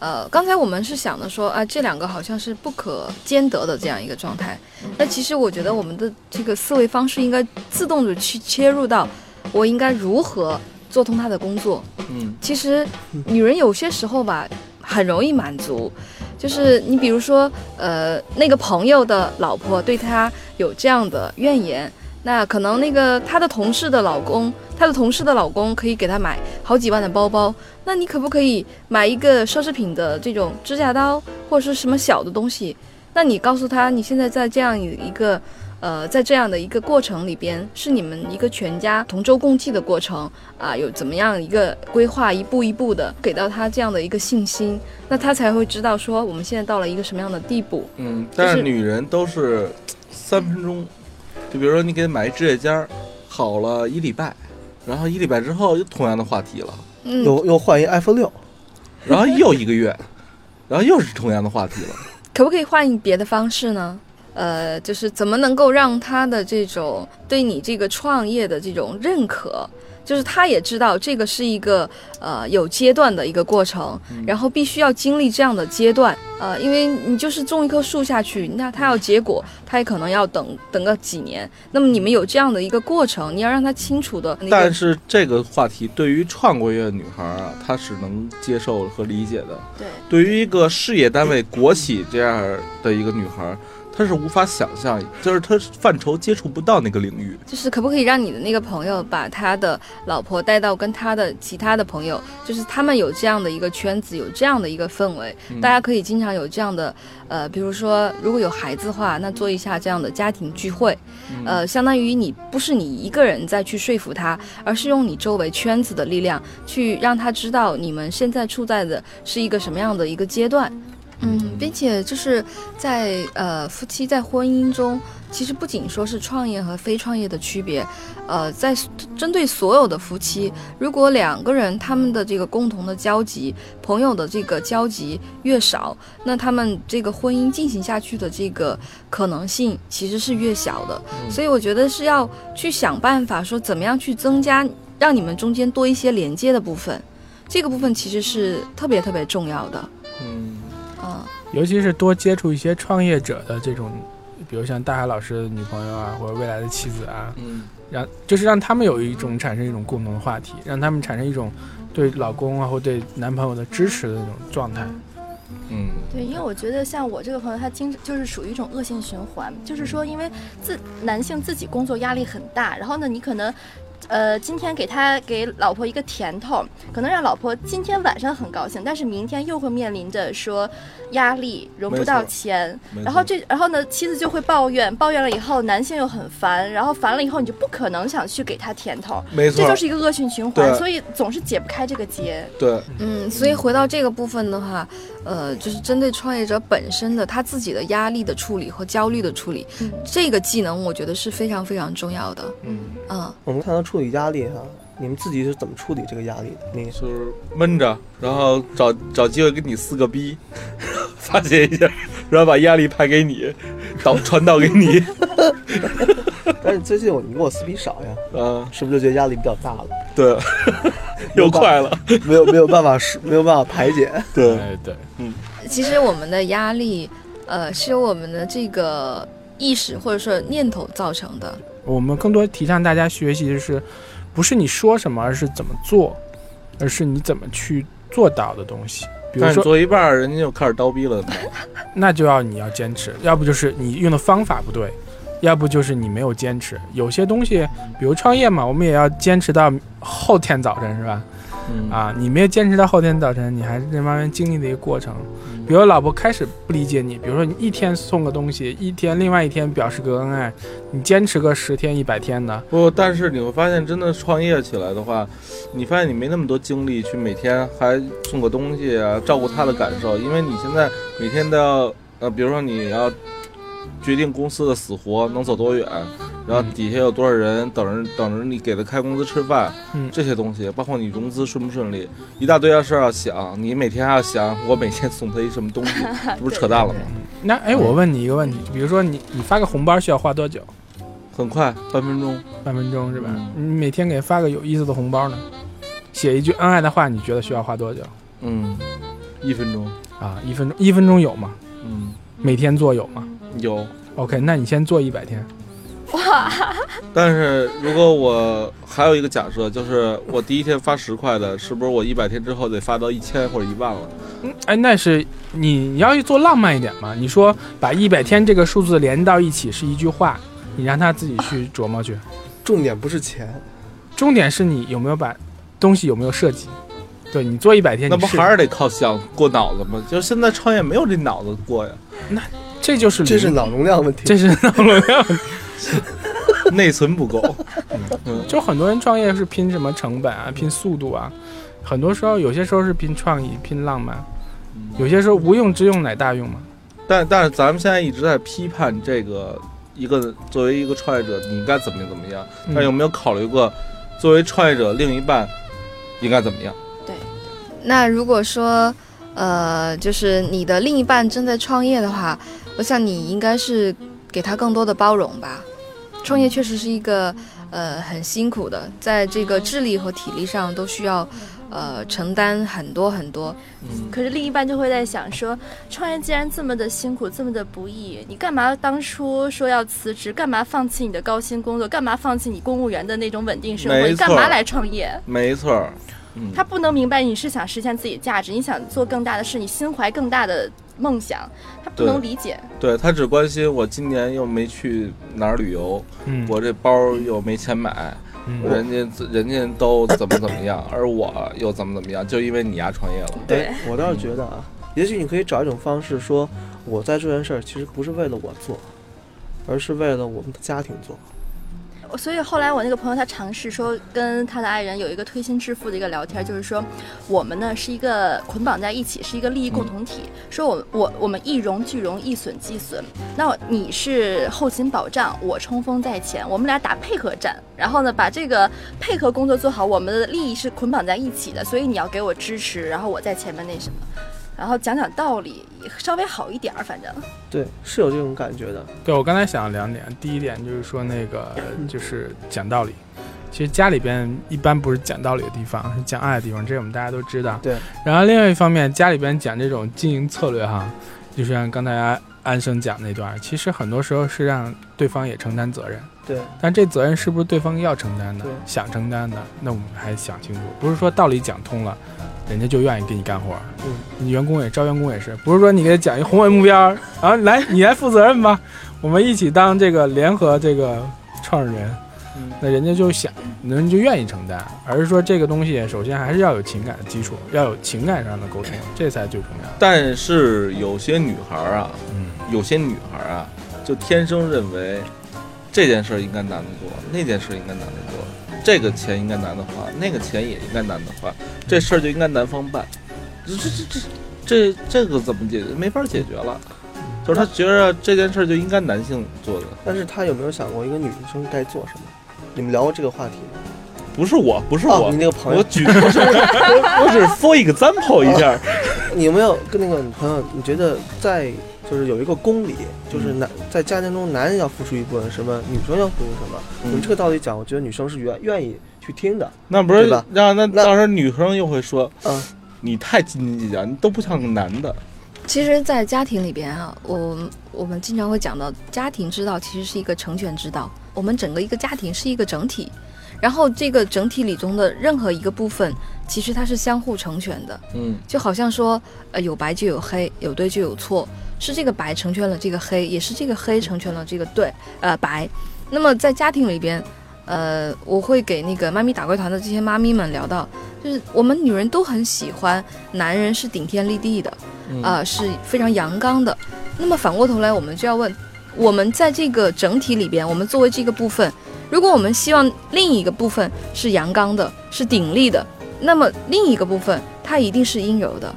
呃，刚才我们是想的说啊，这两个好像是不可兼得的这样一个状态。那其实我觉得我们的这个思维方式应该自动的去切入到，我应该如何做通他的工作，嗯，其实女人有些时候吧，很容易满足。就是你比如说，呃，那个朋友的老婆对他有这样的怨言。那可能那个她的同事的老公，她的同事的老公可以给她买好几万的包包，那你可不可以买一个奢侈品的这种指甲刀或者是什么小的东西？那你告诉她，你现在在这样一个呃，在这样的一个过程里边，是你们一个全家同舟共济的过程啊，有怎么样一个规划，一步一步的给到她这样的一个信心，那她才会知道说我们现在到了一个什么样的地步。嗯，但就是是女人都是三分钟，就比如说你给买一指甲尖儿，好了一礼拜，然后一礼拜之后又同样的话题了，嗯，又又换一 iPhone 六，然后又一个月，然后又是同样的话题了。可不可以换别的方式呢？呃，就是怎么能够让他的这种对你这个创业的这种认可，就是他也知道这个是一个呃有阶段的一个过程，嗯然后必须要经历这样的阶段，呃，因为你就是种一棵树下去，那它要结果，它也可能要等等个几年。那么你们有这样的一个过程，你要让他清楚的那但个，是这个话题对于创过业的女孩儿啊，她是能接受和理解的。对，对于一个事业单位国企这样的一个女孩儿，她是无法想象，就是她范畴接触不到那个领域。就是可不可以让你的那个朋友把他的老婆带到跟他的其他的朋友，就是他们有这样的一个圈子，有这样的一个氛围，嗯大家可以经常有这样的，呃，比如说如果有孩子的话，那做一下这样的家庭聚会，嗯呃，相当于你不是你一个人再去说服他，而是用你周围圈子的力量去让他知道你们现在处在的是一个什么样的一个阶段。嗯，并且就是在呃夫妻在婚姻中，其实不仅说是创业和非创业的区别，呃，在针对所有的夫妻，如果两个人他们的这个共同的交集、朋友的这个交集越少，那他们这个婚姻进行下去的这个可能性其实是越小的。嗯所以我觉得是要去想办法，说怎么样去增加，让你们中间多一些连接的部分，这个部分其实是特别特别重要的。嗯，嗯，尤其是多接触一些创业者的这种，比如像大海老师的女朋友啊，或者未来的妻子啊，嗯，让就是让他们有一种产生一种共同的话题，让他们产生一种对老公啊或对男朋友的支持的那种状态。嗯，对，因为我觉得像我这个朋友，他经就是属于一种恶性循环，就是说，因为自男性自己工作压力很大，然后呢，你可能。呃，今天给他给老婆一个甜头，可能让老婆今天晚上很高兴，但是明天又会面临着说压力融没不到错钱，没然后错这，然后呢，妻子就会抱怨，抱怨了以后，男性又很烦，然后烦了以后，你就不可能想去给他甜头，没这错，就是一个恶性循环，对所以总是解不开这个结。对，嗯，所以回到这个部分的话，呃，就是针对创业者本身的他自己的压力的处理和焦虑的处理，嗯这个技能我觉得是非常非常重要的。嗯，嗯，我们看他处理压力哈、你们自己是怎么处理这个压力的？你就是闷着，然后找找机会跟你撕个逼， <laughs> 发泄一下，然后把压力派给你，导传导给你，但是最近我你跟我撕逼少呀，啊，是不是就觉得压力比较大了？对， <laughs> 又快了，没有没有办法是没有办法排解。对，哎，对，其实我们的压力，呃，是由我们的这个意识或者说念头造成的。我们更多提倡大家学习的是，不是你说什么，而是怎么做，而是你怎么去做到的东西。比如但是说，做一半儿人家又开始叨逼了 <laughs> 呢，那就要你要坚持，要不就是你用的方法不对，要不就是你没有坚持。有些东西，比如创业嘛，我们也要坚持到后天早晨，是吧？嗯，啊，你没有坚持到后天早晨，你还是在慢慢经历的一个过程。嗯比如老婆开始不理解你，比如说你一天送个东西，一天另外一天表示个恩爱，你坚持个十天一百天的，不，但是你会发现，真的创业起来的话，你发现你没那么多精力去每天还送个东西啊，照顾他的感受，因为你现在每天都要，呃，比如说你要决定公司的死活能走多远，然后嗯底下有多少人等着等着你给他开工资吃饭，嗯这些东西，包括你融资顺不顺利，一大堆要事儿要想，你每天还要想我每天送他一什么 <laughs> 东西，这不是扯淡了吗？那嗯哎，我问你一个问题，比如说你你发个红包需要花多久？很快，半分钟，半分钟是吧嗯？你每天给发个有意思的红包呢，写一句恩爱的话，你觉得需要花多久嗯，一分钟，啊？一分钟，一分钟有吗？嗯，每天做有吗有。 ？OK，那你先做一百天，但是如果我还有一个假设，就是我第一天发十块的，是不是我一百天之后得发到一千或者一万了？哎，那是你你要做浪漫一点嘛？你说把一百天这个数字连到一起是一句话，你让他自己去琢磨去。重点不是钱，重点是你有没有把东西有没有设计？对你做一百天，那不哎你是还是得靠想过脑子吗？就是现在创业没有这脑子过呀，这就是这是零脑容量问题。这是 <laughs> 脑容量。内存 <laughs> 不够。嗯就很多人创业是拼什么成本啊，拼速度啊，很多时候有些时候是拼创意、拼浪漫，有些时候无用之用乃大用嘛。嗯但但是咱们现在一直在批判这个一个作为一个创业者，你应该怎么样怎么样？嗯但有没有考虑过，作为创业者另一半应该怎么样？那如果说，呃，就是你的另一半正在创业的话，我想你应该是给他更多的包容吧。创业确实是一个呃很辛苦的，在这个智力和体力上都需要呃承担很多很多。嗯可是另一半就会在想说，创业既然这么的辛苦，这么的不易，你干嘛当初说要辞职？干嘛放弃你的高薪工作？干嘛放弃你公务员的那种稳定生活？没你干错嘛来创业？没错儿，嗯，他不能明白你是想实现自己的价值，你想做更大的事，你心怀更大的梦想，他不对能理解。对他只关心我今年又没去哪儿旅游，嗯，我这包又没钱买，嗯人家人家都怎么怎么样，而我又怎么怎么样，就因为你丫创业了。对哎，我倒是觉得啊，也许你可以找一种方式说，我在做这件事儿其实不是为了我做，而是为了我们的家庭做。我所以后来我那个朋友他尝试说跟他的爱人有一个推心置腹的一个聊天，就是说我们呢是一个捆绑在一起，是一个利益共同体。说我我我们一荣俱荣，一损俱损。那你是后勤保障，我冲锋在前，我们俩打配合战。然后呢，把这个配合工作做好，我们的利益是捆绑在一起的，所以你要给我支持，然后我在前面那什么。然后讲讲道理，稍微好一点儿，反正对，是有这种感觉的。对我刚才想了两点，第一点就是说那个就是讲道理。其实家里边一般不是讲道理的地方，是讲爱的地方，这我们大家都知道。对。然后另外一方面，家里边讲这种经营策略哈，就是像刚才安生讲那段，其实很多时候是让对方也承担责任。对，但这责任是不是对方要承担的对、想承担的？那我们还想清楚，不是说道理讲通了，人家就愿意给你干活。嗯，你员工也招员工也是，不是说你给他讲一宏伟目标，然后来你来负责任吧，我们一起当这个联合这个创始人，嗯那人家就想，人家就愿意承担，而是说这个东西首先还是要有情感的基础，要有情感上的沟通，这才最重要。但是有些女孩儿啊，嗯，有些女孩儿啊，就天生认为这件事儿应该男的做，那件事儿应该男的做，这个钱应该男的花，那个钱也应该男的花，嗯这事儿就应该男方办。这这这这这这个怎么解决？没法解决了。嗯就是他觉得这件事儿就应该男性做的，但是他有没有想过一个女生该做什么？你们聊过这个话题吗？不是我，不是哦，我你，那个朋我友，哦举，我是 <laughs> 我我只是 for example 一下，你有没有跟那个朋友？你觉得在就是有一个公理，就是嗯男在家庭中男人要付出一部分什么，女生要付出什么？你嗯们这个道理讲，我觉得女生是愿愿意去听的。那不对是吧让那那到时候女生又会说，嗯，你太斤斤计较，你都不像个男的。其实，在家庭里边啊，我我们经常会讲到，家庭之道其实是一个成全之道。我们整个一个家庭是一个整体，然后这个整体里中的任何一个部分，其实它是相互成全的。嗯，就好像说，呃，有白就有黑，有对就有错，是这个白成全了这个黑，也是这个黑成全了这个对，呃，白。那么在家庭里边，呃，我会给那个妈咪打怪团的这些妈咪们聊到，就是我们女人都很喜欢男人是顶天立地的，嗯啊、是非常阳刚的。那么反过头来，我们就要问，我们在这个整体里边，我们作为这个部分，如果我们希望另一个部分是阳刚的，是鼎立的，那么另一个部分它一定是阴柔的，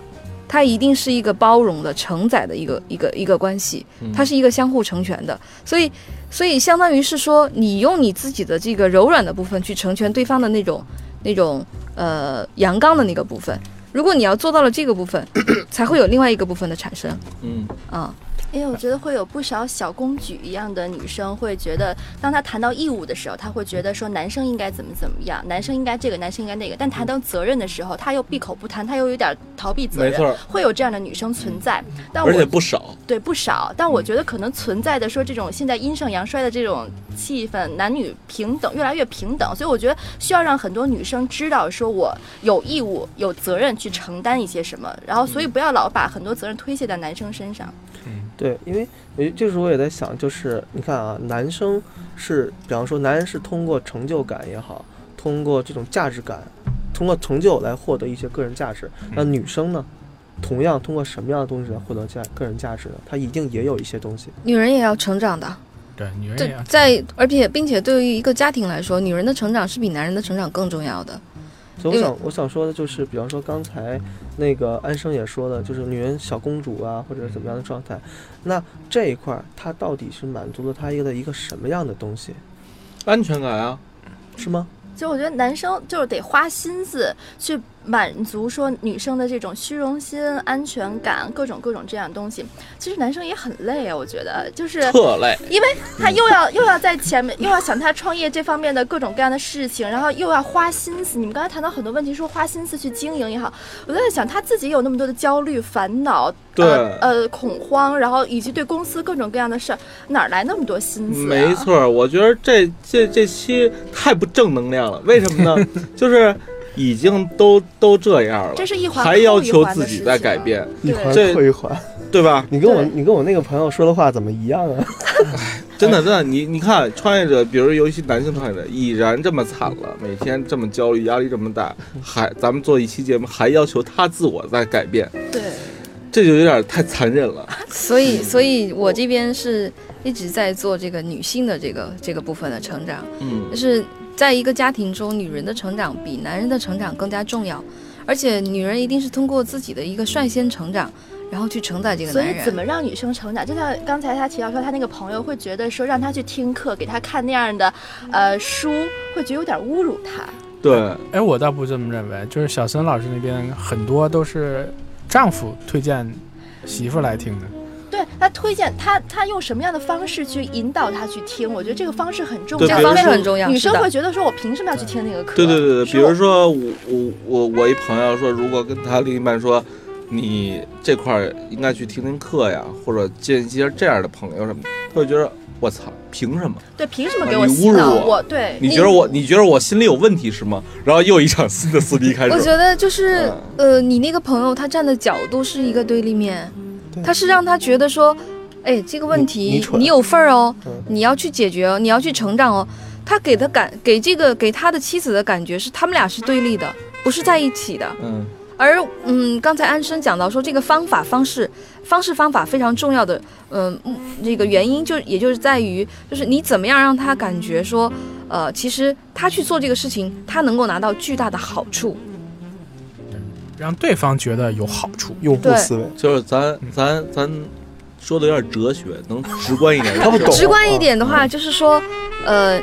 它一定是一个包容的、承载的一个一个一个关系，嗯它是一个相互成全的。所以，所以相当于是说，你用你自己的这个柔软的部分去成全对方的那种那种呃阳刚的那个 <clears throat> 部分。如果你要做到了这个部分，才会有另外一个部分的产生嗯，啊、因为我觉得会有不少小公举一样的女生会觉得，当她谈到义务的时候，她会觉得说男生应该怎么怎么样，男生应该这个，男生应该那个。但谈到责任的时候，她又闭口不谈，她又有点逃避责没错嗯任，会有这样的女生存在。但我而且嗯不少。对不少，但我觉得可能存在的说这种现在阴盛阳衰的这种气氛，男女平等越来越平等，所以我觉得需要让很多女生知道，说我有义务、有责任去承担一些什么，然后所以嗯不要老把很多责任推卸在男生身上。嗯对，因为诶，这时候我也在想，就是你看啊，男生是，比方说，男人是通过成就感也好，通过这种价值感，通过成就来获得一些个人价值。那女生呢，同样通过什么样的东西来获得价个人价值呢？她一定也有一些东西。女人也要成长的，对，女人也对要，在而且并且对于一个家庭来说，女人的成长是比男人的成长更重要的。所以我因为想，我想说的就是，比方说刚才那个安生也说的，就是女人小公主啊，或者怎么样的状态，那这一块儿她到底是满足了她一个的一个什么样的东西，安全感啊，是吗？就我觉得男生就是得花心思去满足说女生的这种虚荣心、安全感，各种各种这样的东西。其实男生也很累啊，我觉得就是 <laughs> 特累。因为他又要 <laughs> 又要在前面，又要想他创业这方面的各种各样的事情，然后又要花心思。你们刚才谈到很多问题，说花心思去经营也好，我都在想他自己有那么多的焦虑、烦恼，对呃呃恐慌，然后以及对公司各种各样的事儿，哪儿来那么多心思、啊？没，错，我觉得这这这期太不正能量了。为什么 <laughs> 呢？就是已经都都这样了，这是一环还扣要一求环的自己事在情改啊变，一环这扣一环，对吧？你跟我对你跟我那个朋友说的话怎么一样啊？ <laughs> 真的，真的，你你看，创业者，比如尤其男性创业者，已然这么惨了，每天这么焦虑，压力这么大，还咱们做一期节目，还要求他自我在改变，对，这就有点太残忍了。所以，所以我这边是一直在做这个女性的这个这个部分的成长，嗯，就是在一个家庭中，女人的成长比男人的成长更加重要，而且女人一定是通过自己的一个率先成长，然后去承载这个所男以人。怎么让女生成长？就像刚才他提到说，他那个朋友会觉得说让他去听课，给他看那样的呃书，会觉得有点侮辱他。对，哎，我倒不这么认为，就是小森老师那边很多都是丈夫推荐媳妇来听的。对他推荐他，他用什么样的方式去引导他去听？我觉得这个方式很重对这要，个比如因方面为说很重要，女生是的会觉得说我凭什么要去听那个课？对对对对，是比如我说我我我我一朋友说，如果跟他另一半说，你这块儿应该去听听课呀，或者见一些这样的朋友什么的，他会觉得我操，凭什么？对凭什么啊给我你洗侮辱脑？我我对你觉得我你觉得我心里有问题是吗？然后又一场新的撕逼开始我了。觉得就是，嗯呃，你那个朋友他站的角度是一个对立面，他是让他觉得说，哎，这个问你你题蠢有份儿哦嗯，你要去解决哦，你要去成长哦。他给他感给这个给他的妻子的感觉是他们俩是对立的，不是在一起的。嗯，而嗯，刚才安生讲到说这个方法方式方式方法非常重要的，嗯，嗯这个原因就也就是在于，就是你怎么样让他感觉说，呃，其实他去做这个事情，他能够拿到巨大的好处。让对方觉得有好处。用户对思维，就是咱咱咱说的有点哲学，能直观一点。他不懂直观一点的话，就是说，呃，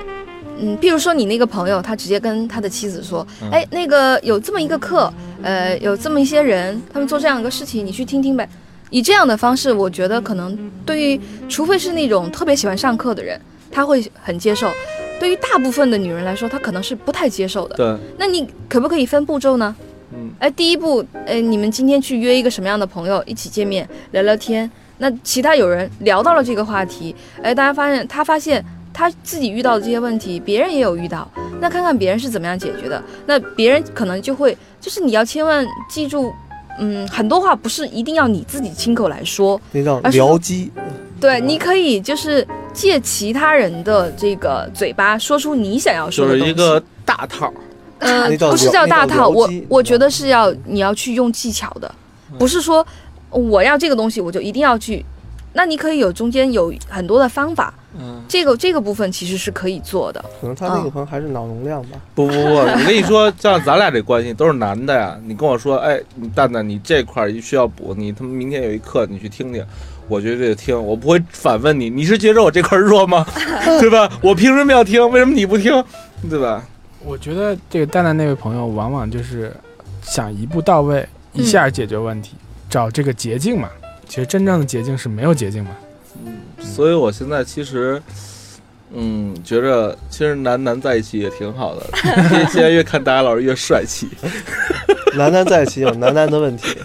嗯，比如说你那个朋友，他直接跟他的妻子说，嗯哎，那个有这么一个课，呃，有这么一些人，他们做这样一个事情，你去听听呗。以这样的方式，我觉得可能对于，除非是那种特别喜欢上课的人，他会很接受。对于大部分的女人来说，她可能是不太接受的。嗯对，那你可不可以分步骤呢？嗯，哎，第一步，哎，你们今天去约一个什么样的朋友一起见面聊聊天？那其他有人聊到了这个话题，哎，大家发现他发现他自己遇到的这些问题，别人也有遇到，那看看别人是怎么样解决的，那别人可能就会，就是你要千万记住，嗯，很多话不是一定要你自己亲口来说，那叫而是嗯僚机。对，你可以就是借其他人的这个嘴巴说出你想要说就是的东西。一个大套。呃那，叫不是聊叫那大叫聊套，我机我对嗯觉得是要你要去用技巧的，不是说我要这个东西我就一定要去。那你可以有中间有很多的方法，嗯，这个这个部分其实是可以做的。可能他那个朋友还是脑容量吧，不不不，我跟你说，像咱俩这关系都是男的呀。你跟我说，哎，你蛋蛋，你这块儿需要补，你他妈明天有一课，你去听听。我绝对听，我不会反问你。你是觉得我这块儿弱吗？ <laughs> 对吧？我凭什么要听？为什么你不听？对吧？我觉得这个蛋蛋那位朋友，嗯往往就是想一步到位，一下解决问题，找这个捷径嘛。其实真正的捷径是没有捷径嘛。所以我现在其实，嗯，觉着其实男男在一起也挺好的， <laughs> 越现在越看大家老师越帅气。哦男男在一起有男男的问 <laughs> 题，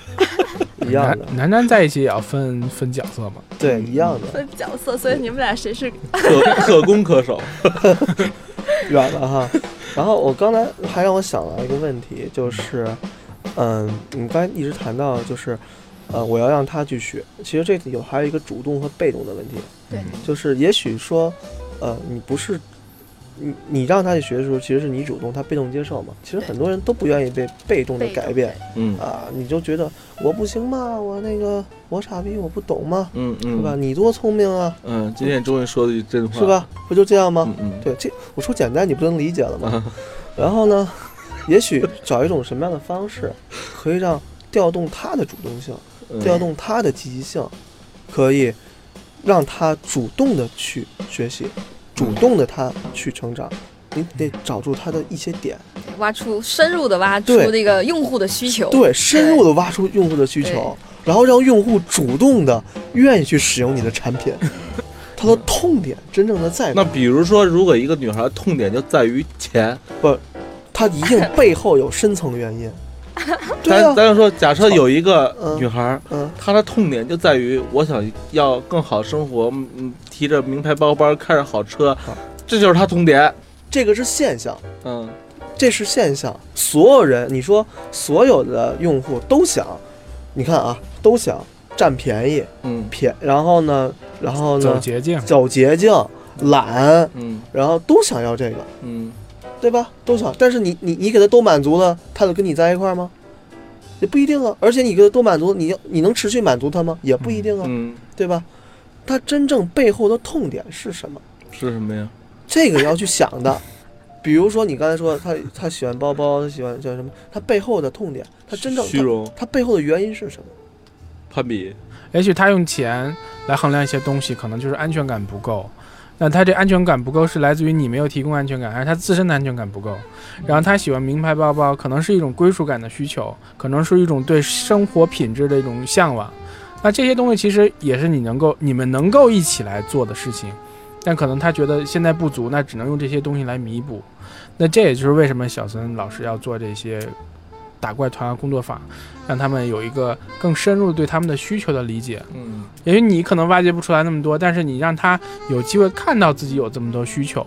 一样男的，男男在一起也要分分角色嘛。对，一样的，分角色，所以你们俩谁是可可攻可守，远了哈。然后我刚才还让我想到一个问题，就是，嗯，你刚才一直谈到就是，呃，我要让他去学，其实这个有还有一个主动和被动的问题，对，就是也许说，呃，你不是。你你让他去学的时候，其实是你主动，他被动接受嘛。其实很多人都不愿意被被动的被改变，嗯啊，你就觉得我不行嘛，我那个我傻逼，我不懂嘛，嗯对吧？嗯你多聪明啊，嗯，今天终于说了句真话，是？吧？不就这样吗？嗯嗯，对，这我说简单，你不能理解了吗？啊， <laughs> 然后呢，也许找一种什么样的方式，可以让调动他的主动性，嗯调动他的积极性，可以让他主动的去学习，主动的他去成长。你得找住他的一些点，挖出深入的挖出对那个用户的需求。对，深入的挖出用户的需求，然后让用户主动的愿意去使用你的 <laughs> 产品，他的痛点真正的在哪那？比如说，如果一个女孩痛点就在于钱，他一定背后有深层原 <laughs> 因。对咱啊，咱就说，假设有一个嗯女孩，嗯，她的痛点就在于我想要更好生活，嗯，提着名牌包包，开着好车好，这就是她痛点。这个是现象，嗯，这是现象。所有人，你说所有的用户都想，你看啊，都想占便宜，嗯便，然后呢，然后走呢，捷径，走捷径，懒，嗯然后都想要这个，嗯，对吧？都想，但是你你你给他都满足了，他就跟你在一块儿吗？也不一定啊。而且你给他都满足，你你能持续满足他吗？也不一定啊，嗯，对吧？他真正背后的痛点是什么？是什么呀？这个要去想的。比如说你刚才说他他喜欢包包，他喜欢叫什么？他背后的痛点，他真正虚荣、他，他背后的原因是什么？攀比，也许他用钱来衡量一些东西，可能就是安全感不够。那他这安全感不够是来自于你没有提供安全感，还是他自身的安全感不够？然后他喜欢名牌包包，可能是一种归属感的需求，可能是一种对生活品质的一种向往。那这些东西其实也是你能够、你们能够一起来做的事情，但可能他觉得现在不足，那只能用这些东西来弥补。那这也就是为什么小森老师要做这些打怪团啊工作坊，让他们有一个更深入对他们的需求的理解。嗯也许你可能挖掘不出来那么多，但是你让他有机会看到自己有这么多需求，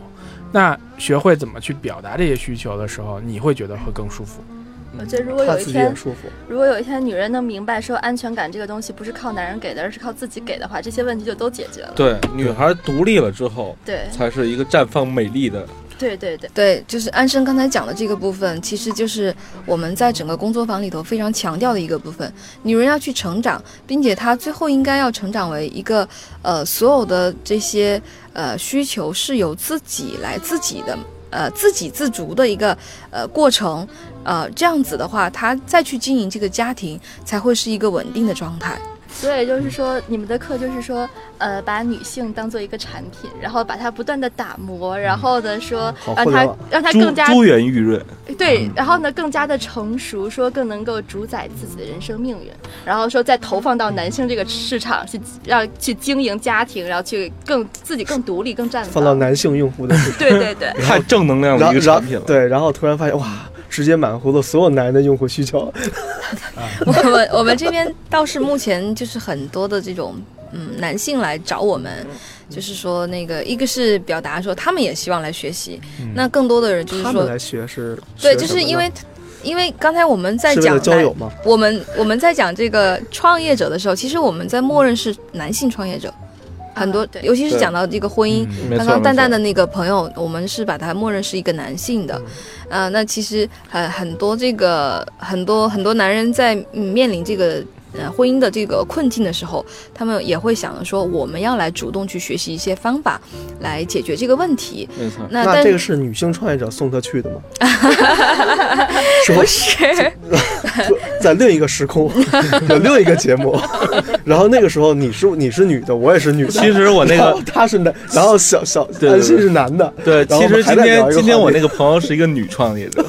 那学会怎么去表达这些需求的时候，你会觉得会更舒服。嗯我觉得如果他有一自己也天，舒服。如果有一天女人能明白说安全感这个东西不是靠男人给的，而是靠自己给的话，这些问题就都解决了。对，女孩独立了之后，对才是一个绽放美丽的。对对对，对，就是安生刚才讲的这个部分，其实就是我们在整个工作坊里头非常强调的一个部分。女人要去成长，并且她最后应该要成长为一个，呃，所有的这些呃需求是由自己来自己的，呃，自给自足的一个呃过程。呃，这样子的话，她再去经营这个家庭，才会是一个稳定的状态。所以就是说，你们的课就是说，呃，把女性当做一个产品，然后把它不断的打磨，然后呢说让好啊互联它网让它珠更加珠圆玉润，对，嗯然后呢更加的成熟，说更能够主宰自己的人生命运，然后说再投放到男性这个市场去，让去经营家庭，然后去更自己更独立、更绽放到放。男性用 <laughs> 户的视对对对，太正能量然的一后个然产品后了。对，然后突然发现哇，直接满足了所有男人的用户需求。 <laughs> 我们我们这边倒是目前就是很多的这种嗯男性来找我们，就是说那个一个是表达说他们也希望来学习，嗯那更多的人就是他们说来学是对，学就什么是呢因为因为刚才我们在是为了讲交男友嘛，我们我们在讲这个创业者的时候，其实我们在默认是男性创业者，很多啊对尤其是对讲到这个婚嗯姻，嗯没刚错，刚蛋蛋没的那个朋友，我们是把他默认是一个男性的，嗯呃，那其实呃很多这个很多很多男人在、嗯面临这个呃婚姻的这个困境的时候，他们也会想着说，我们要来主动去学习一些方法来解决这个问题。错，没错。那那但这个是女性创业者送他去的吗？说 <laughs> 不是在另一个时 <laughs> 空，有另一个节目，然后那个时候你是你是女的，我也是女的。 <laughs> 其实我那然个后他是男，然后小小对对安心是男的， <laughs> 对，然后其我们实还今在聊天一个今天话我 <laughs> 题那个朋友是一个女创业者，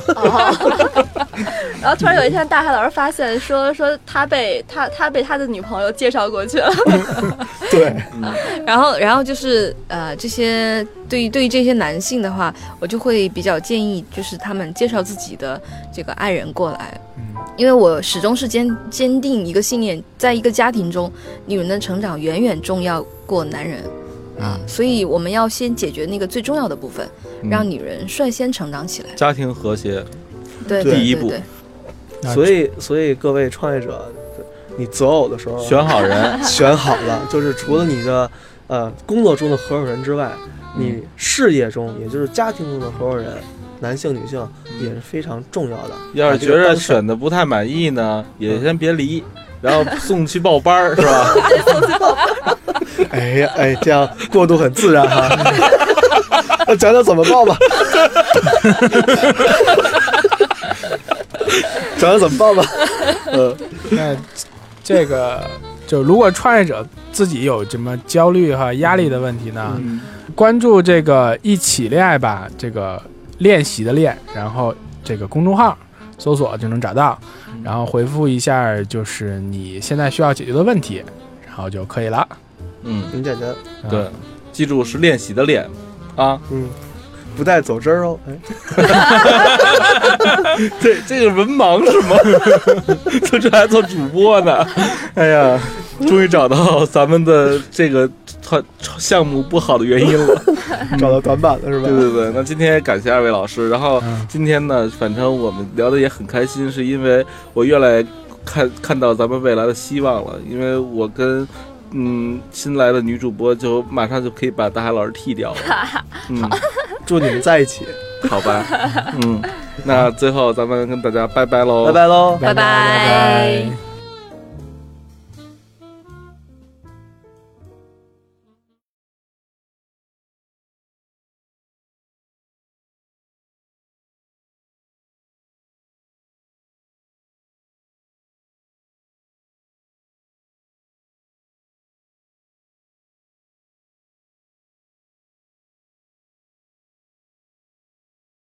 然后突然有一天，大海老师发现说说他被他他被他的女朋友介绍过去了，对，然后，然后就是呃，这些对于对于这些男性的话，我就会比较建议，就是他们介绍自己的这个爱人过来，嗯因为我始终是坚坚定一个信念，在一个家庭中，女人的成长远远重要过男人啊，所以我们要先解决那个最重要的部分，嗯让女人率先成长起来。家庭和谐，对，第对一对步对那所以所以各位创业者，你择偶的时候，选好人选好了，就是除了你的呃工作中的合伙人之外， <laughs> 嗯你事业中也就是家庭中的合伙人，男性女性也是非常重要的。要是把这觉个着当事儿嗯选的不太满意呢，也先别离，然后送去报班儿是 <laughs> 吧？哎呀，哎，这样过渡很自然哈、 <laughs> 那讲讲怎么 <laughs> 报吧。讲讲怎么报吧。呃，那这个就如果创业者自己有什么焦虑和压力的问题嗯呢，关注这个“一起恋爱吧”这个练习的练，然后这个公众号搜索就能找到，然后回复一下就是你现在需要解决的问题，然后就可以了。 <laughs> 嗯，很简单，嗯对，记住是练习的练啊。嗯，不带走之儿哦。哎，这这是文盲是吗？ <laughs> 就这还做主播呢？哎呀，终于找到咱们的这个团项目不好的原因了。找到短板了是吧？对对对，那今天也感谢二位老师，然后嗯今天呢，反正我们聊的也很开心，是因为我越来看看到咱们未来的希望了，因为我跟。嗯，新来的女主播就马上就可以把大海老师替掉了。嗯，祝你们在一起，好吧，嗯，那最后咱们跟大家拜拜喽，拜拜喽。拜拜拜拜拜